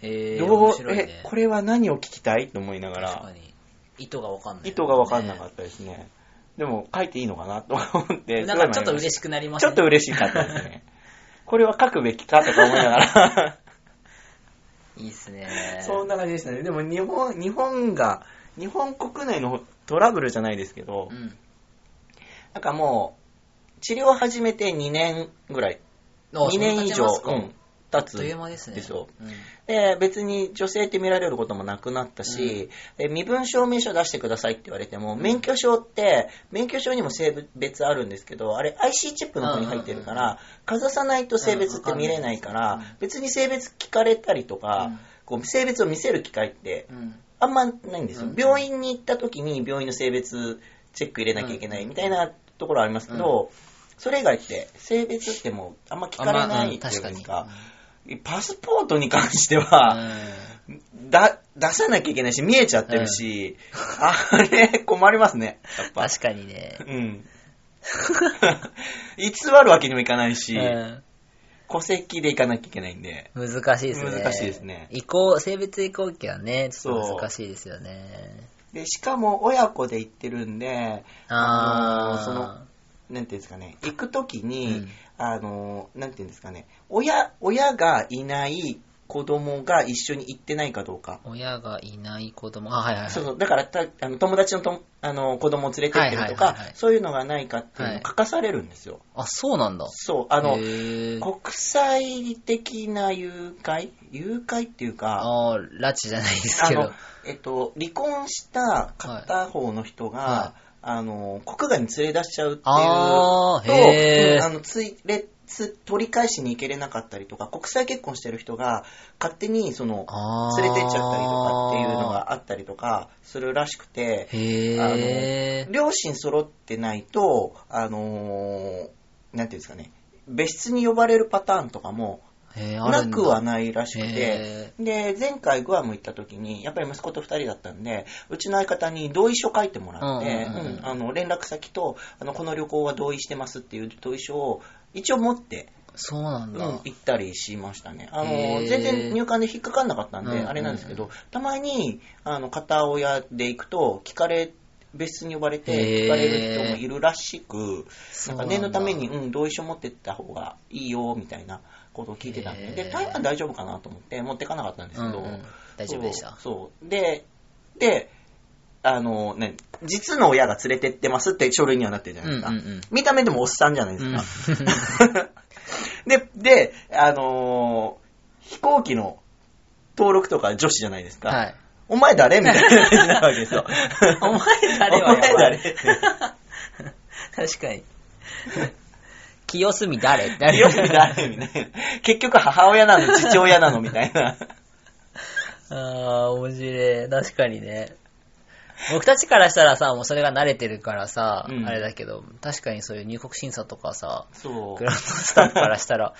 Speaker 2: へー
Speaker 1: どう
Speaker 2: 面、白いね
Speaker 1: え、。これは何を聞きたいと思いなが、
Speaker 2: 確からに。意図がわかんな
Speaker 1: 意
Speaker 2: い。
Speaker 1: 図が分かんなかったですね。でも、書いていいのかなと思って、
Speaker 2: なんかちょっと嬉
Speaker 1: し
Speaker 2: しくなりまし
Speaker 1: ち
Speaker 2: た
Speaker 1: ょっと嬉しかったですね。これは書くべきかとか思いながら。
Speaker 2: いいっすね。
Speaker 1: そんな感じでしたね。でも日本、日本が、日本国内のトラブルじゃないですけど、
Speaker 2: うん。
Speaker 1: なんかもう、治療始めて2年ぐらい、
Speaker 2: あ
Speaker 1: 2年以上、
Speaker 2: そんな経ちますか
Speaker 1: うん、経
Speaker 2: あっという
Speaker 1: つ。
Speaker 2: 間ですね。
Speaker 1: ですよ
Speaker 2: うん
Speaker 1: で、別に女性って見られることもなくなったし、で身分証明書出してくださいって言われても、免許証って、免許証にも性別あるんですけど、あれ IC チップの方に入ってるから、かざさないと性別って見れないから、
Speaker 2: うんわかんない
Speaker 1: 別に性別聞かれたりとか、
Speaker 2: うん
Speaker 1: こう性別を見せる機会って
Speaker 2: うん。
Speaker 1: あんまないんですよ
Speaker 2: う。ん
Speaker 1: 病院に行った時に病院の性別チェック入れなきゃいけないみたいなところはありますけど、それ以外って性別ってもうあんま聞かれな
Speaker 2: あ
Speaker 1: ん
Speaker 2: まう
Speaker 1: い
Speaker 2: ん
Speaker 1: じゃ
Speaker 2: 確
Speaker 1: な
Speaker 2: か
Speaker 1: いで
Speaker 2: に
Speaker 1: す。か。パスポートに関しては、だ出さなきゃいけないし、見えちゃってるし、あれ困りますね、やっ
Speaker 2: うん
Speaker 1: ぱ。
Speaker 2: 確かにね。
Speaker 1: うん。偽るわけにもいかないし、
Speaker 2: うん
Speaker 1: 戸籍でいかなきゃいけないんで。
Speaker 2: 難しいですね。
Speaker 1: 難しいですね
Speaker 2: 移行、性別移行期はね、ちょっと難しいですよね。
Speaker 1: で、しかも親子で行ってるんで、
Speaker 2: あ
Speaker 1: の
Speaker 2: ー
Speaker 1: その、なんていうんですかね、行くとき
Speaker 2: う
Speaker 1: に
Speaker 2: ん、
Speaker 1: あの、なんていうんですかね、親、親がいない子供が一緒に行ってないかどうか。
Speaker 2: 親がいない子供、あ、はいはいはい。
Speaker 1: そうそう、だからたあの友達のともあの子供を連れてってると
Speaker 2: はいはい
Speaker 1: か
Speaker 2: はいはい、
Speaker 1: そういうのがないかっていうのを書かされるんですよ。
Speaker 2: あ、そうなんだ。
Speaker 1: そう、あの
Speaker 2: へ、ー
Speaker 1: 国際的な誘拐誘拐っていうか、
Speaker 2: あー拉致じゃないです
Speaker 1: あ
Speaker 2: け
Speaker 1: の
Speaker 2: ど。、
Speaker 1: えっと、離婚した片方の人が、
Speaker 2: は
Speaker 1: あの、国外に連れ出しちゃうっていう
Speaker 2: あー、
Speaker 1: と、
Speaker 2: へ
Speaker 1: うんあ
Speaker 2: ー。
Speaker 1: の、つい、れつ、取り返しに行けれなかったりとか、国際結婚してる人が勝手に、その、
Speaker 2: あー
Speaker 1: 連れてっちゃったりとかっていうのがあったりとかするらしくて、
Speaker 2: へー。
Speaker 1: 両親揃ってないと、あのーなんていうんですかね、別室に呼ばれるパターンとかも、
Speaker 2: へーあ
Speaker 1: な
Speaker 2: るんだ
Speaker 1: くはないらしくて、
Speaker 2: へ
Speaker 1: で、前回グアム行った時に、やっぱり息子と二人だったんで、うちの相方に同意書書いてもらって、
Speaker 2: うんうんうんうん
Speaker 1: うんあの連絡先とあの、この旅行は同意してますっていう同意書を一応持って、
Speaker 2: ーそうなん
Speaker 1: うん
Speaker 2: だ。
Speaker 1: 行ったりしましたね。あ
Speaker 2: へ
Speaker 1: の、
Speaker 2: ー
Speaker 1: 全然入管で引っかかんなかったん
Speaker 2: うんうんう
Speaker 1: で、
Speaker 2: ん
Speaker 1: あれなんですけど、たまに、あの、片親で行くと、聞かれ、別室に呼ばれて、
Speaker 2: へー
Speaker 1: 聞かれる人もいるらしく、
Speaker 2: そ
Speaker 1: な
Speaker 2: うんな
Speaker 1: か
Speaker 2: んだ
Speaker 1: 念のために、うん、同意書持ってった方がいいよ、みたいなことを聞いてたんで、で、
Speaker 2: へー
Speaker 1: 台湾大丈夫かなと思って持ってかなかったんですけど、
Speaker 2: うんうん大丈夫でした。
Speaker 1: そうそう。で、で、あのね、実の親が連れてってますって書類にはなってるじゃないですか。
Speaker 2: うんうんうん
Speaker 1: 見た目でもおっさんじゃないですか。
Speaker 2: うん
Speaker 1: で、で、あのー飛行機の登録とか女子じゃないですか。
Speaker 2: はい。。
Speaker 1: お前誰みたいな感じになるわけですよ
Speaker 2: お前 誰は
Speaker 1: お前
Speaker 2: やばい
Speaker 1: 誰って
Speaker 2: 確かに。 清澄誰
Speaker 1: 誰よみ誰みたいな。結局母親なの、父親なのみたいな。
Speaker 2: あー、面白い。確かにね。僕たちからしたらさ、もうそれが慣れてるからさ、
Speaker 1: うん
Speaker 2: あれだけど、確かにそういう入国審査とかさ、
Speaker 1: そう
Speaker 2: グラ。ンドスタッフからしたら、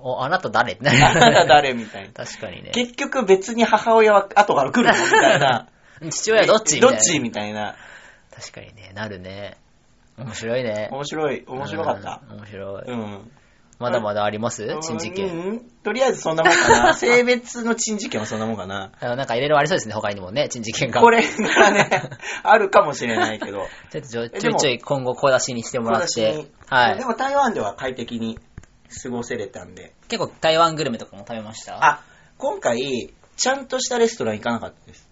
Speaker 2: お、あなた誰ってなる
Speaker 1: あなた誰みたいな。
Speaker 2: 確かにね。
Speaker 1: 結局別に母親は後から来るのみたいな。
Speaker 2: 父親どっちみた
Speaker 1: ど
Speaker 2: いな
Speaker 1: っちみたいな。
Speaker 2: 確かにね、なるね。面白いね。
Speaker 1: 面白い、面白かった。
Speaker 2: うん。面白い。
Speaker 1: うん。
Speaker 2: まだまだあります珍事
Speaker 1: う
Speaker 2: 件。
Speaker 1: ん。とりあえずそんなもんか な。性別の珍事件はそんなもんかな。
Speaker 2: あのなんかいろいろありそうですね、他にもね、珍事件が。
Speaker 1: これがね、あるかもしれない けど。
Speaker 2: ちょっとちょい
Speaker 1: え
Speaker 2: ちょいちょい今後小出しにしてもらっ。
Speaker 1: そうだして
Speaker 2: は
Speaker 1: で
Speaker 2: い。
Speaker 1: も台湾では快適に過ごせれたんで。
Speaker 2: 結構台湾グルメとかも食べました
Speaker 1: あ、今回、ちゃんとしたレストラン行かなかったです。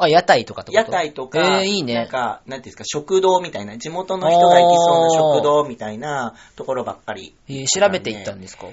Speaker 2: あ、屋台とかってこ
Speaker 1: 屋
Speaker 2: と
Speaker 1: 台とか、
Speaker 2: えー、いいね。
Speaker 1: なんか、なんていうんですか、食堂みたいな、地元の人が行きそうな食堂みたいなところばっかり。
Speaker 2: えー調べていったんですか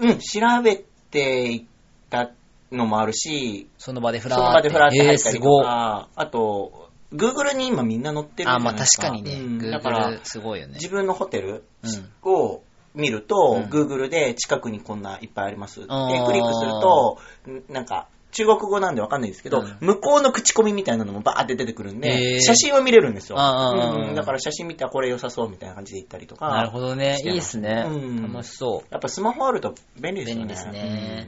Speaker 1: うん、調べていったのもあるし、
Speaker 2: その場でフ
Speaker 1: そ
Speaker 2: ラ
Speaker 1: の場
Speaker 2: ーって。
Speaker 1: でフラッと
Speaker 2: え
Speaker 1: 入
Speaker 2: ー、
Speaker 1: った
Speaker 2: す
Speaker 1: りと
Speaker 2: ごい。
Speaker 1: か、あと、Google に今みんな載ってるじ
Speaker 2: あ、
Speaker 1: ゃな
Speaker 2: まあ
Speaker 1: いで
Speaker 2: 確
Speaker 1: すか。
Speaker 2: かにね。
Speaker 1: うんだから
Speaker 2: Google すごいよね。
Speaker 1: 自分のホテル
Speaker 2: うん
Speaker 1: を見ると、
Speaker 2: うん
Speaker 1: Google で近くにこんないっぱいありますって
Speaker 2: あー
Speaker 1: クリックすると、んなんか、中国語なんでわかんないですけど、
Speaker 2: うん
Speaker 1: 向こうの口コミみたいなのもバーって出てくるんで、
Speaker 2: へー
Speaker 1: 写真は見れるんですよ。
Speaker 2: あー
Speaker 1: うんだから写真見たらこれ良さそうみたいな感じで行ったりとか。
Speaker 2: なるほどね。いいですね
Speaker 1: う。ん
Speaker 2: 楽しそ
Speaker 1: やっぱスマホあると便利ですよね。
Speaker 2: 便利ですね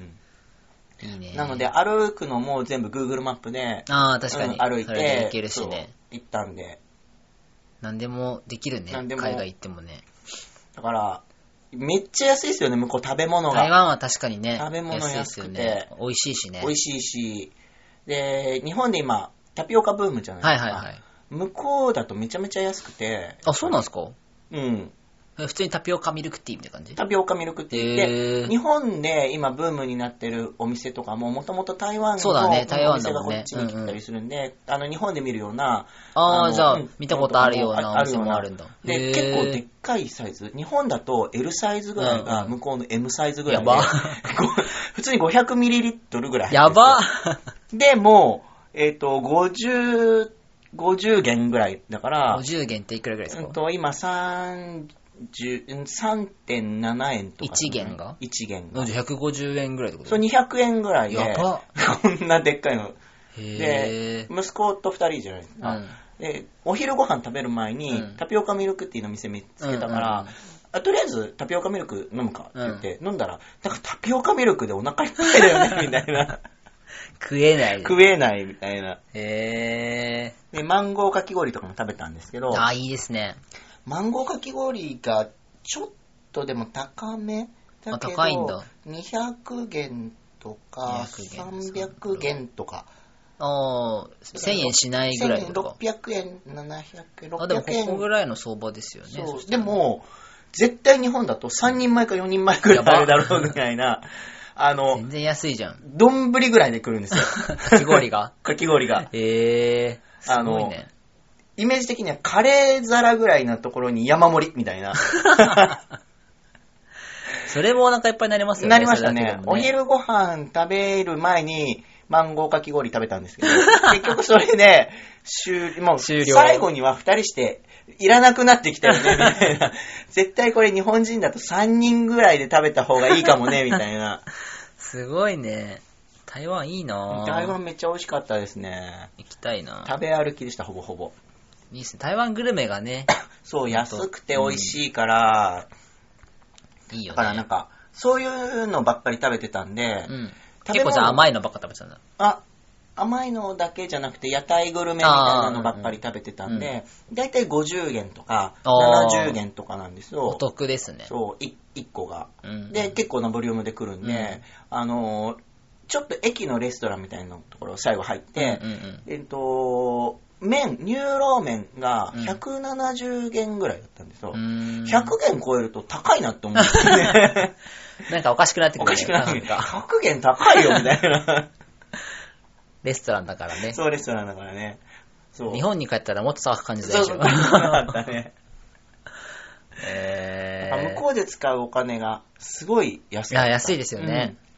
Speaker 2: う。いい
Speaker 1: うん
Speaker 2: ね。
Speaker 1: なので、歩くのも全部 Google マップで、
Speaker 2: ああ、確か
Speaker 1: う
Speaker 2: に。
Speaker 1: ん歩い
Speaker 2: それで
Speaker 1: て
Speaker 2: 行けるしね。
Speaker 1: そう行ったんで。
Speaker 2: 何でもできるね。
Speaker 1: 何で
Speaker 2: 海
Speaker 1: も
Speaker 2: 外行ってもね。
Speaker 1: だから、めっちゃ安いですよね、向こう食べ物
Speaker 2: 台
Speaker 1: が。
Speaker 2: 湾は確かにね、
Speaker 1: 食べ物
Speaker 2: 安いですよ
Speaker 1: 安
Speaker 2: ね
Speaker 1: く。
Speaker 2: 美味しいしね。
Speaker 1: 美味しいし。で、日本で今、タピオカブームじゃない
Speaker 2: はい
Speaker 1: ですか。
Speaker 2: はいはい。
Speaker 1: 向こうだとめちゃめちゃ安くて、
Speaker 2: あ、そうなんですか
Speaker 1: うん。
Speaker 2: え普通にタピオカミルクティーみたいな感じ
Speaker 1: タピオカミルクティー
Speaker 2: へー
Speaker 1: で、日本で今ブームになってるお店とかも、もともと台湾の
Speaker 2: そうだね台
Speaker 1: お
Speaker 2: 湾だ
Speaker 1: 店が
Speaker 2: も
Speaker 1: こ
Speaker 2: んね
Speaker 1: っちに来たりするんで、あの、日本で見るような、
Speaker 2: ああ、
Speaker 1: の
Speaker 2: じゃあ
Speaker 1: うん、
Speaker 2: 見たことあるようなお店もあるんだ。へ
Speaker 1: で、
Speaker 2: ー
Speaker 1: 結構でっかいサイズ。日本だと L サイズぐらいが
Speaker 2: うん
Speaker 1: 向こうの M サイズぐらい
Speaker 2: や
Speaker 1: で、
Speaker 2: ば
Speaker 1: 普通に 500ml ぐらい入ってる。
Speaker 2: やば
Speaker 1: で、もう、えっ、と、50、50元ぐらいだから、
Speaker 2: !50 元っていくらぐらいです
Speaker 1: うん
Speaker 2: か
Speaker 1: と、今30、うん3.7円とか。
Speaker 2: 一元が
Speaker 1: ?1 元が。
Speaker 2: なんじゃ150円ぐらいってこ
Speaker 1: そ
Speaker 2: と
Speaker 1: れ200円ぐらいで、
Speaker 2: やば
Speaker 1: こんなでっかいの。で
Speaker 2: へえ、。
Speaker 1: 息子と2人じゃないです
Speaker 2: う
Speaker 1: か。
Speaker 2: ん。
Speaker 1: で、お昼ご飯食べる前に、
Speaker 2: うん
Speaker 1: タピオカミルクティーの店見つけたから、
Speaker 2: うんうん
Speaker 1: あとりあえずタピオカミルク飲むかって言って、飲んだら、なんかタピオカミルクでお腹いっぱいだよね、みたい な。
Speaker 2: 食えない。
Speaker 1: 食えないみたいな。
Speaker 2: へえ。
Speaker 1: で、マンゴーかき氷とかも食べたんですけど、
Speaker 2: ああ、いいですね。
Speaker 1: マンゴーかき氷がちょっとでも高めだけど、
Speaker 2: あ高いんだ
Speaker 1: 200元とか
Speaker 2: 200元
Speaker 1: 300元とか、
Speaker 2: ああ、1000円しないぐらいってことか。
Speaker 1: 600円、700円、
Speaker 2: あ、でもこ
Speaker 1: 600
Speaker 2: こぐ
Speaker 1: 円。
Speaker 2: らいの相場ですよね。
Speaker 1: そう
Speaker 2: した
Speaker 1: で
Speaker 2: ら
Speaker 1: も、絶対日本だと3人前か4人前くらいあるだろうみたいな、 あの、
Speaker 2: 全然安いじゃん。
Speaker 1: 丼ぐらいで来るんですよ。
Speaker 2: かき氷が
Speaker 1: かき氷が。
Speaker 2: へえ。す
Speaker 1: あの
Speaker 2: ごいね。
Speaker 1: イメージ的にはカレー皿ぐらいなところに山盛りみた いな。
Speaker 2: それもお腹いっぱいになりますよね。
Speaker 1: なりました
Speaker 2: それだ
Speaker 1: ね
Speaker 2: け。でも
Speaker 1: お昼ご飯食べる前に、マンゴーかき氷食べたん ですけど、結局それで、終了、もう
Speaker 2: 終了
Speaker 1: 最後には二人して、いらなくなってきたよ ね、みたいな。絶対これ日本人だと3人ぐらいで食べた方がいいかも ね、みたいな。
Speaker 2: すごいね。台湾いいなぁ
Speaker 1: 台湾めっちゃ美味しかったですね。
Speaker 2: 行きたいなぁ
Speaker 1: 食べ歩きでした、ほぼほぼ。
Speaker 2: いいっすね。台湾グルメがね、
Speaker 1: そう、安くて美味しいから、
Speaker 2: いいよ
Speaker 1: だ
Speaker 2: ね。
Speaker 1: からなんか、そういうのばっかり食べてたんで、
Speaker 2: うん。
Speaker 1: 食
Speaker 2: 結
Speaker 1: べ物
Speaker 2: 構じゃあ甘いのばっか食べてたんだ。
Speaker 1: あ、甘いのだけじゃなくて、屋台グルメみたいなのばっかり食べてたんで、だいたい50元とか、
Speaker 2: あー
Speaker 1: 70元とかなんです
Speaker 2: お
Speaker 1: よ。
Speaker 2: 得ですね。
Speaker 1: そう、い1個が。
Speaker 2: うん
Speaker 1: で、結構なボリュームで来るんで、あのー、ちょっと駅のレストランみたいなところ最後入って
Speaker 2: う、んうんうん
Speaker 1: えっと、麺、乳老麺が
Speaker 2: うん
Speaker 1: 170元ぐらいだったんですよ。
Speaker 2: うーん
Speaker 1: 100元超えると高いなって思うんですよね。
Speaker 2: なん かおかしくなってく
Speaker 1: お
Speaker 2: る、ね。
Speaker 1: かしくない
Speaker 2: んか。
Speaker 1: 100元高いよ、みたいな。
Speaker 2: レストランだからね。
Speaker 1: そう、レストランだからね。そう。
Speaker 2: 日本に帰ったらもっと高く感じた
Speaker 1: そう
Speaker 2: で
Speaker 1: そ
Speaker 2: し
Speaker 1: う、
Speaker 2: ょ。
Speaker 1: なかったね。
Speaker 2: え
Speaker 1: あ
Speaker 2: ー、
Speaker 1: 向こうで使うお金がすごい安
Speaker 2: い
Speaker 1: かった
Speaker 2: や、安いですよね、、
Speaker 1: うん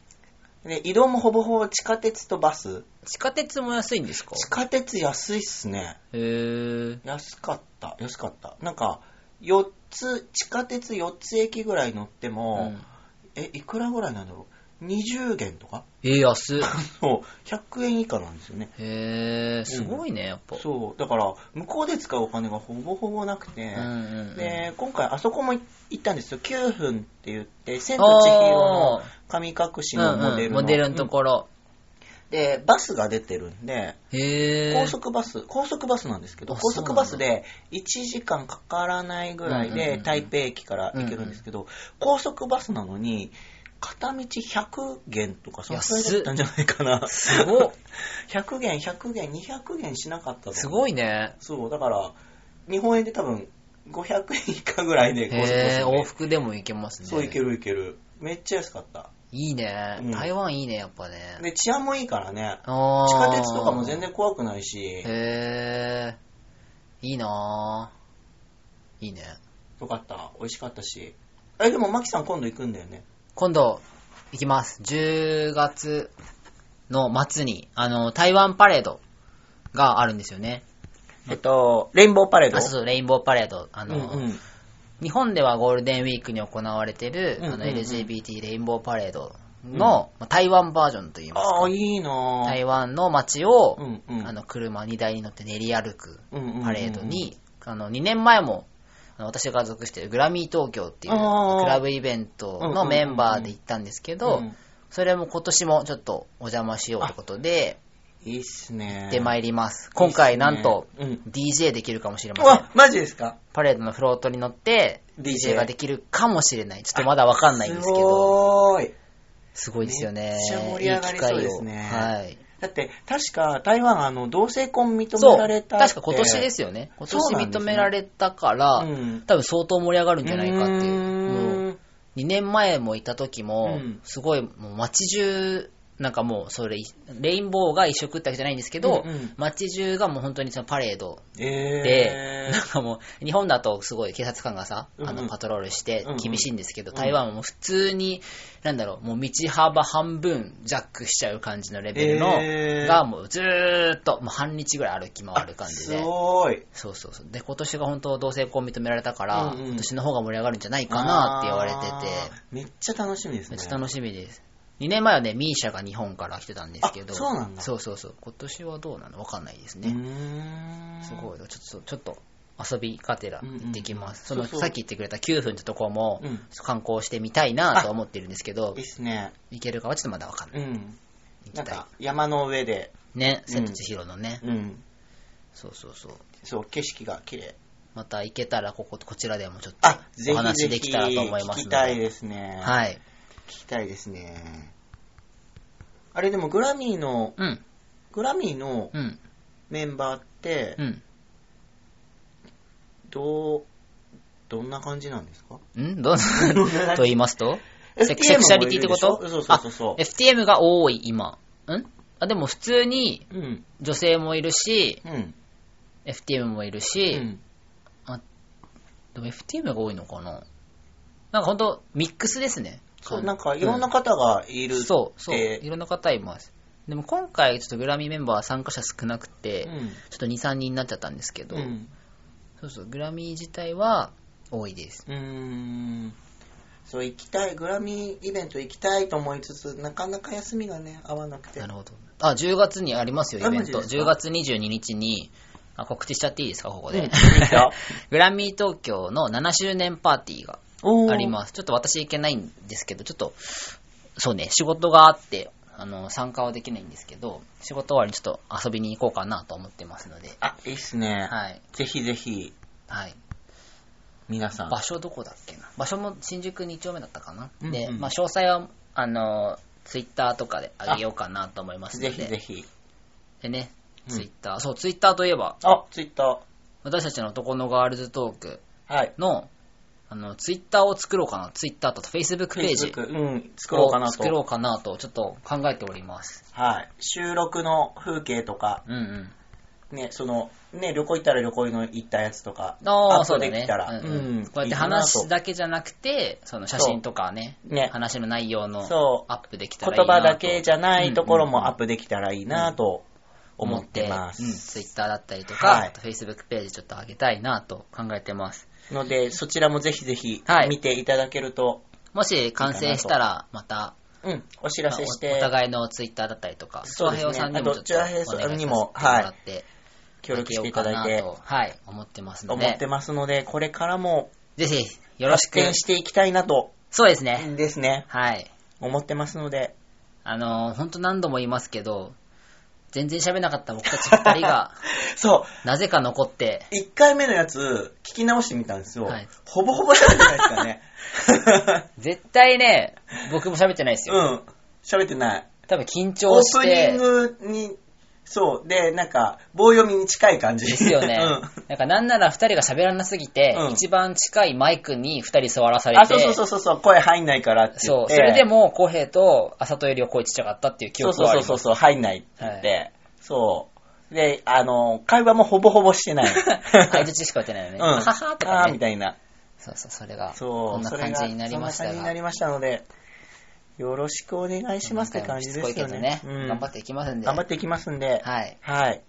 Speaker 1: で移動もほぼほぼ地下鉄とバス
Speaker 2: 地下鉄も安いんですか
Speaker 1: 地下鉄安いっすね
Speaker 2: へー。
Speaker 1: 安かった安かったなんか4つ地下鉄4つ駅ぐらい乗っても、
Speaker 2: うん
Speaker 1: えいくらぐらいなんだろう20元とか
Speaker 2: えー、安っ。
Speaker 1: そう、100円以下なんですよね。
Speaker 2: へえ、すごいね、やっぱ。
Speaker 1: そう、だから、向こうで使うお金がほぼほぼなくて、
Speaker 2: うんうんうん
Speaker 1: で、今回あそこも行ったんですよ。9分って言って、千と千尋の神隠しのモデルの。
Speaker 2: うんうん、モデルのところ。
Speaker 1: で、バスが出てるんで、
Speaker 2: へえ。
Speaker 1: 高速バス、高速バスなんですけど、
Speaker 2: あ
Speaker 1: 高速バス
Speaker 2: そうな
Speaker 1: で1時間かからないぐらい
Speaker 2: うんうんう
Speaker 1: で
Speaker 2: ん
Speaker 1: 台北駅から行けるんですけど、高速バスなのに、片道100元とか、そのくらいだったんじゃないかな。
Speaker 2: すごっ。
Speaker 1: 100元、100元、200元しなかったと思う
Speaker 2: すごいね。
Speaker 1: そう、だから、日本円で多分500円以下ぐらいで高速バス
Speaker 2: へえ、
Speaker 1: で
Speaker 2: 往復でも行けますね。
Speaker 1: そう、いけるいける。めっちゃ安かった。
Speaker 2: いいね
Speaker 1: うん。
Speaker 2: 台湾いいね、やっぱね。
Speaker 1: で、治安もいいからね。
Speaker 2: あー
Speaker 1: 地下鉄とかも全然怖くないし、
Speaker 2: へえ。いいなぁ。いいね。
Speaker 1: よかった。美味しかったし。え、でも、マキさん今度行くんだよね。
Speaker 2: 今度、行きます。10月の末に、あの、台湾パレードがあるんですよね。
Speaker 1: えっと、レインボーパレード。
Speaker 2: あそうそう、レインボーパレード。あの、
Speaker 1: うんうん。
Speaker 2: 日本ではゴールデンウィークに行われてる、
Speaker 1: うんうんうん
Speaker 2: あの LGBT レインボーパレードの、まあ台湾バージョンといいますか、
Speaker 1: ああ、いいなぁ。
Speaker 2: 台湾の街を、
Speaker 1: うんうん
Speaker 2: あの車2台に乗って練り歩く
Speaker 1: うんうんうん
Speaker 2: パレードに、あの2年前もあの私が属しているグラミー東京っていう
Speaker 1: あー
Speaker 2: クラブイベントのメンバーで行ったんですけど、
Speaker 1: うん
Speaker 2: それも今年もちょっとお邪魔しようということで
Speaker 1: いいっす
Speaker 2: 行
Speaker 1: ね。
Speaker 2: ってま
Speaker 1: い
Speaker 2: いります。今回なんと
Speaker 1: うん
Speaker 2: DJ できるかもしれ
Speaker 1: う
Speaker 2: ません
Speaker 1: わ。、マジですか
Speaker 2: パレードのフロートに乗って
Speaker 1: DJ
Speaker 2: DJ ができるかもしれない。ちょっとまだわかんないんですけど、
Speaker 1: ごーい。
Speaker 2: すごいですよ
Speaker 1: め
Speaker 2: ね。
Speaker 1: っちゃ盛り上がりそうですね
Speaker 2: いい機会をはい。
Speaker 1: だって、確か台湾、あの、同性婚認
Speaker 2: そう。
Speaker 1: められ
Speaker 2: 確
Speaker 1: た
Speaker 2: か
Speaker 1: って。
Speaker 2: 今年ですよね。今
Speaker 1: そう
Speaker 2: 年
Speaker 1: なんですね
Speaker 2: 認められたから、
Speaker 1: うん
Speaker 2: 多分相当盛り上がるんじゃないかっていうう。
Speaker 1: ー
Speaker 2: もうん2年前もいた時も、
Speaker 1: うん
Speaker 2: すごいもう街中、なんかもうそれ、レインボーが一色ってわけじゃないんですけど、
Speaker 1: うんうん
Speaker 2: 街中がもう本当にそのパレード
Speaker 1: え
Speaker 2: で、なんかもう、日本だとすごい警察官がさ、あ
Speaker 1: うんう
Speaker 2: の
Speaker 1: ん
Speaker 2: パトロールして
Speaker 1: うんうん
Speaker 2: 厳しいんですけど、
Speaker 1: うん
Speaker 2: 台湾はもう普通に、なんだろう、もう道幅半分ジャックしちゃう感じのレベルの、
Speaker 1: えー
Speaker 2: がもうずーっと、もう半日ぐらい歩き回る感じ
Speaker 1: す
Speaker 2: で。
Speaker 1: ごーい。
Speaker 2: そうそうそう。で、今年が本当同性婚認められたから、
Speaker 1: うんうん
Speaker 2: 今年の方が盛り上がるんじゃないかなって言われて
Speaker 1: あー。めっちゃ楽しみです
Speaker 2: て、め
Speaker 1: ね。
Speaker 2: っちゃ楽しみです。2年前はね、ミーシャが日本から来てたんですけど、
Speaker 1: あそうなんだ
Speaker 2: そうそうそう今年はどうなのわかんないです
Speaker 1: う
Speaker 2: ね。
Speaker 1: ーん
Speaker 2: すごい。ちょっと、ちょっと遊びがてら行ってきます。
Speaker 1: うんうん
Speaker 2: そ
Speaker 1: そうそう
Speaker 2: の、さっき言ってくれた9分ってとこも、
Speaker 1: うん
Speaker 2: 観光してみたいなとは思ってるんですけど
Speaker 1: いいっ、すね。
Speaker 2: 行けるかはちょっとまだわかんな
Speaker 1: う
Speaker 2: い。
Speaker 1: ん。
Speaker 2: 行
Speaker 1: なん
Speaker 2: きたい
Speaker 1: か。、山の上で、
Speaker 2: ね、千と千尋のね、
Speaker 1: うん。
Speaker 2: そうそうそう。
Speaker 1: そう、景色が綺麗。
Speaker 2: また行けたら、ここ、こちらでもちょっ
Speaker 1: あ、
Speaker 2: と
Speaker 1: ぜ
Speaker 2: お
Speaker 1: ひ
Speaker 2: 話
Speaker 1: ぜ
Speaker 2: で
Speaker 1: ひ
Speaker 2: きたらと思います
Speaker 1: 聞き
Speaker 2: の
Speaker 1: たい
Speaker 2: で。
Speaker 1: ですね。い。
Speaker 2: はい。
Speaker 1: 聞きたいですね。あれでもグラミーの、
Speaker 2: うん、
Speaker 1: グラミーの
Speaker 2: うん、
Speaker 1: メンバーって
Speaker 2: う、ん。
Speaker 1: どう、どんな感じなんですか
Speaker 2: んどう と言いますと
Speaker 1: FTM
Speaker 2: セクセクシャリティってこと
Speaker 1: もいるでしょそうそうそうそう
Speaker 2: あ ?FTM が多い、今。んあ、でも普通に
Speaker 1: うん。
Speaker 2: 女性もいるし、
Speaker 1: うん。
Speaker 2: FTM もいる
Speaker 1: う
Speaker 2: し、
Speaker 1: ん。
Speaker 2: でも FTM が多いのかななんかほんと、ミックスですね。
Speaker 1: そう、
Speaker 2: 完
Speaker 1: なんかいろんな方がいるって。
Speaker 2: そう、そう。いろんな方います。でも今回、ちょっとグラミーメンバー参加者少なくて、
Speaker 1: うん。
Speaker 2: ちょっと2、3人になっちゃったんですけど、
Speaker 1: うん。
Speaker 2: そうそう、グラミー自体は多いです。
Speaker 1: うーん。そう、行きたい、グラミーイベント行きたいと思いつつ、なかなか休みがね、合わなくて。
Speaker 2: なるほど。あ、10月にありますよ、
Speaker 1: あ
Speaker 2: イベ
Speaker 1: マ
Speaker 2: ン
Speaker 1: ジ
Speaker 2: ト。
Speaker 1: ですか
Speaker 2: 10月22日に、あ告知しちゃっていいですか、ここで。
Speaker 1: うんいいですよ
Speaker 2: グラミー東京の7周年パーティーが
Speaker 1: おー
Speaker 2: あります。ちょっと私行けないんですけど、ちょっと、そうね、仕事があって、あの、参加はできないんですけど、仕事終わりにちょっと遊びに行こうかなと思ってますので。
Speaker 1: あ、いいっすね。
Speaker 2: はい。
Speaker 1: ぜひぜひ、
Speaker 2: はい。
Speaker 1: 皆さん。
Speaker 2: 場所どこだっけな場所も新宿2丁目だったかな、
Speaker 1: うんうん
Speaker 2: で、まあ、詳細はあのツイッターとかであげようかなと思いますの
Speaker 1: ぜ
Speaker 2: で
Speaker 1: ひぜひ。
Speaker 2: でね
Speaker 1: うん
Speaker 2: ツイッター、そうツイッターといえば
Speaker 1: あ、ツイッタ
Speaker 2: 私たちの男のガールズトーク
Speaker 1: ー。はい。
Speaker 2: のあのツイッターを作ろうかなツイッターとフェイスブックページ
Speaker 1: Facebook うん、作ろうか
Speaker 2: を
Speaker 1: な
Speaker 2: 作ろ
Speaker 1: と。
Speaker 2: うかなとちょっと考えております
Speaker 1: はい。収録の風景とか、
Speaker 2: うんうん
Speaker 1: ね、その、ね、旅行行ったら旅行の行ったやつとか、
Speaker 2: あ
Speaker 1: ア
Speaker 2: あ
Speaker 1: ッ
Speaker 2: そ
Speaker 1: プ
Speaker 2: うだ
Speaker 1: で
Speaker 2: ね
Speaker 1: きたら、
Speaker 2: うんうんこうやって
Speaker 1: い
Speaker 2: 話
Speaker 1: いかな
Speaker 2: だけじゃなくてその写真とかね
Speaker 1: とね、
Speaker 2: 話の内容の
Speaker 1: そう
Speaker 2: アップできたらいい
Speaker 1: 言
Speaker 2: なと
Speaker 1: 葉だけじゃないところ
Speaker 2: うんうんうん
Speaker 1: もアップできたらいいなと思ってます。
Speaker 2: うん、ツイッターだったりとか、
Speaker 1: はい
Speaker 2: あとフェイスブックページちょっと上げたいなと考えてます。
Speaker 1: ので、そちらもぜひぜひ
Speaker 2: はい
Speaker 1: 見ていただけると、
Speaker 2: もし完成したら、また
Speaker 1: うん、お知らせして
Speaker 2: お、互いのツイッターだったりとか、
Speaker 1: そうですね
Speaker 2: チュアヘイさんにもちょっと
Speaker 1: あとチュアヘイさん
Speaker 2: お願い
Speaker 1: にも
Speaker 2: させてもらって
Speaker 1: 協力していただい
Speaker 2: やってよう、かなとはい、思ってますの
Speaker 1: 思っ
Speaker 2: で
Speaker 1: て、ますので、これからも
Speaker 2: ぜひ、よろし
Speaker 1: 発
Speaker 2: く。
Speaker 1: 展していきたいなと、
Speaker 2: そうですね。
Speaker 1: ですね、
Speaker 2: はい。
Speaker 1: 思ってますので、
Speaker 2: あのー、ほんと何度も言いますけど、全然喋んなかった僕たち二人 が、
Speaker 1: そう、
Speaker 2: なぜか残って、
Speaker 1: 1回目のやつ、聞き直してみたんですよ。
Speaker 2: はい
Speaker 1: ほぼほぼ喋ってないですからね。
Speaker 2: 絶対ね、僕も喋ってないですよ。
Speaker 1: うん、喋ってない。
Speaker 2: 多分緊
Speaker 1: オ
Speaker 2: 張
Speaker 1: ー
Speaker 2: し
Speaker 1: プニ
Speaker 2: て
Speaker 1: ン、グに、そう、で、なんか、棒読みに近い感じ。。
Speaker 2: ですよね
Speaker 1: うん
Speaker 2: なんかなんなら二人が喋らなすぎて、
Speaker 1: うん
Speaker 2: 一番近いマイクに二人座らされて、
Speaker 1: あ、そうそうそうそうそう、声入んないからって言
Speaker 2: そ
Speaker 1: っ
Speaker 2: う、
Speaker 1: て。
Speaker 2: それでも、コ平と、あさとよりは声ちっちゃかったっていう記
Speaker 1: そう
Speaker 2: 憶
Speaker 1: そう
Speaker 2: はあ
Speaker 1: そう
Speaker 2: ります。
Speaker 1: そうそう、入んないって言って。そう。で、あの、会話もほぼほぼして ない。
Speaker 2: 相槌しか打てないよね。
Speaker 1: うん。
Speaker 2: はははと
Speaker 1: あー
Speaker 2: か
Speaker 1: み
Speaker 2: ね。
Speaker 1: たいな。
Speaker 2: そうそう、それが、
Speaker 1: そう。
Speaker 2: こんな
Speaker 1: それ
Speaker 2: 感
Speaker 1: が
Speaker 2: じになりまし
Speaker 1: そ
Speaker 2: た
Speaker 1: んな感じにな
Speaker 2: が
Speaker 1: り。ましたので、よろしくお願いしますって感じですよ
Speaker 2: なん
Speaker 1: ね
Speaker 2: か。しつこい
Speaker 1: う
Speaker 2: けどね。
Speaker 1: ん
Speaker 2: 頑張っていきますんで。
Speaker 1: 頑張っていきますんで。
Speaker 2: はい。
Speaker 1: はい。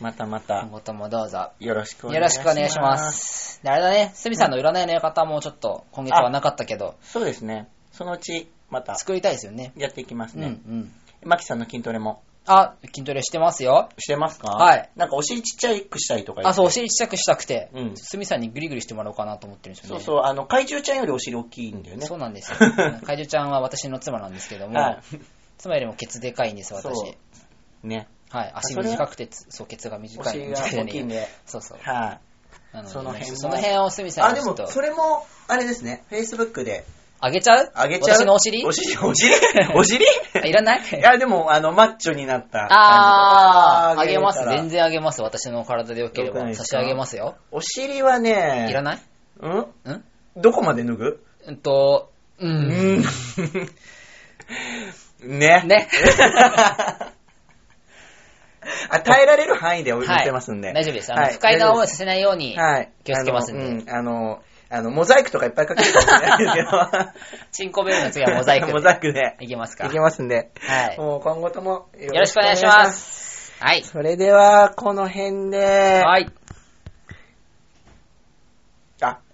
Speaker 1: またまた
Speaker 2: 今、後ともどうぞ。
Speaker 1: よろしくお
Speaker 2: よ
Speaker 1: 願い
Speaker 2: ろ
Speaker 1: し
Speaker 2: し
Speaker 1: ます。
Speaker 2: くお願いします。であれだね、すみさんの占いの館もちょっと今月はなかったけど、
Speaker 1: そうですね。そのうち、また、
Speaker 2: 作りたいですよね。
Speaker 1: やっていきます
Speaker 2: うんう
Speaker 1: ね。
Speaker 2: ん。
Speaker 1: マキさんの筋トレも
Speaker 2: あ、筋トレしてますよ。
Speaker 1: してますか
Speaker 2: はい。
Speaker 1: なんかお尻ちっちゃくしたいとか言って
Speaker 2: あ、そう、お尻ちっちゃくしたくて
Speaker 1: う、ん
Speaker 2: すみさんにグリグリしてもらおうかなと思ってるんですよ
Speaker 1: そう
Speaker 2: ね。
Speaker 1: そう、あの、怪獣ちゃんよりお尻大きいんだよね。
Speaker 2: そう
Speaker 1: う
Speaker 2: な んですよ。怪獣ちゃんは私の妻なんですけども、
Speaker 1: は
Speaker 2: 妻よりもケツでかいんです、私。
Speaker 1: そい。ね。
Speaker 2: はい、足短くてつ、そう、ケツが短
Speaker 1: お
Speaker 2: い。
Speaker 1: 尻が大きいん
Speaker 2: ね。
Speaker 1: で。
Speaker 2: そうそう。
Speaker 1: はい。
Speaker 2: なので
Speaker 1: その辺も
Speaker 2: その辺をすみさ
Speaker 1: あ、
Speaker 2: ん
Speaker 1: で
Speaker 2: にちょっ
Speaker 1: も、
Speaker 2: と
Speaker 1: そ、れも、あれですね、Facebook で
Speaker 2: あげちゃう
Speaker 1: あげちゃう。
Speaker 2: 私のお尻
Speaker 1: お尻、 お尻お尻
Speaker 2: あいらない
Speaker 1: いや、でも、あの、マッチョになった感じとか。
Speaker 2: あー、あげます。
Speaker 1: たら
Speaker 2: 全。然あげます。私の体でよけれ
Speaker 1: よくない
Speaker 2: ば。
Speaker 1: です
Speaker 2: 差
Speaker 1: か
Speaker 2: し上げますよ。
Speaker 1: お尻はい
Speaker 2: ら
Speaker 1: ね、
Speaker 2: ない
Speaker 1: うん
Speaker 2: うん
Speaker 1: どこまで脱ぐ
Speaker 2: うんと、う。。
Speaker 1: うん ね。
Speaker 2: ね。
Speaker 1: あ、耐えられる範囲で置い
Speaker 2: はい
Speaker 1: てますんで。
Speaker 2: 大丈夫です。あの、
Speaker 1: はい
Speaker 2: 不快な思
Speaker 1: 大
Speaker 2: い
Speaker 1: 丈夫で
Speaker 2: させないように
Speaker 1: す。、はい。
Speaker 2: 気をつけますんで
Speaker 1: あの、うんあの、あのモザイクとかいっぱいかけるかもしれないですけど。
Speaker 2: チンコベルの次はモザイクで。
Speaker 1: モザイクで。
Speaker 2: いけますか
Speaker 1: いけますんで。
Speaker 2: はい
Speaker 1: もう今後とも
Speaker 2: よろしくお願いしま。す。はい。
Speaker 1: それでは、この辺で。。
Speaker 2: はいい。
Speaker 1: あ。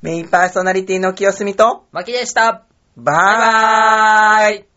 Speaker 1: メインパーソナリティの清澄と、
Speaker 2: マキでした。
Speaker 1: バイバーイ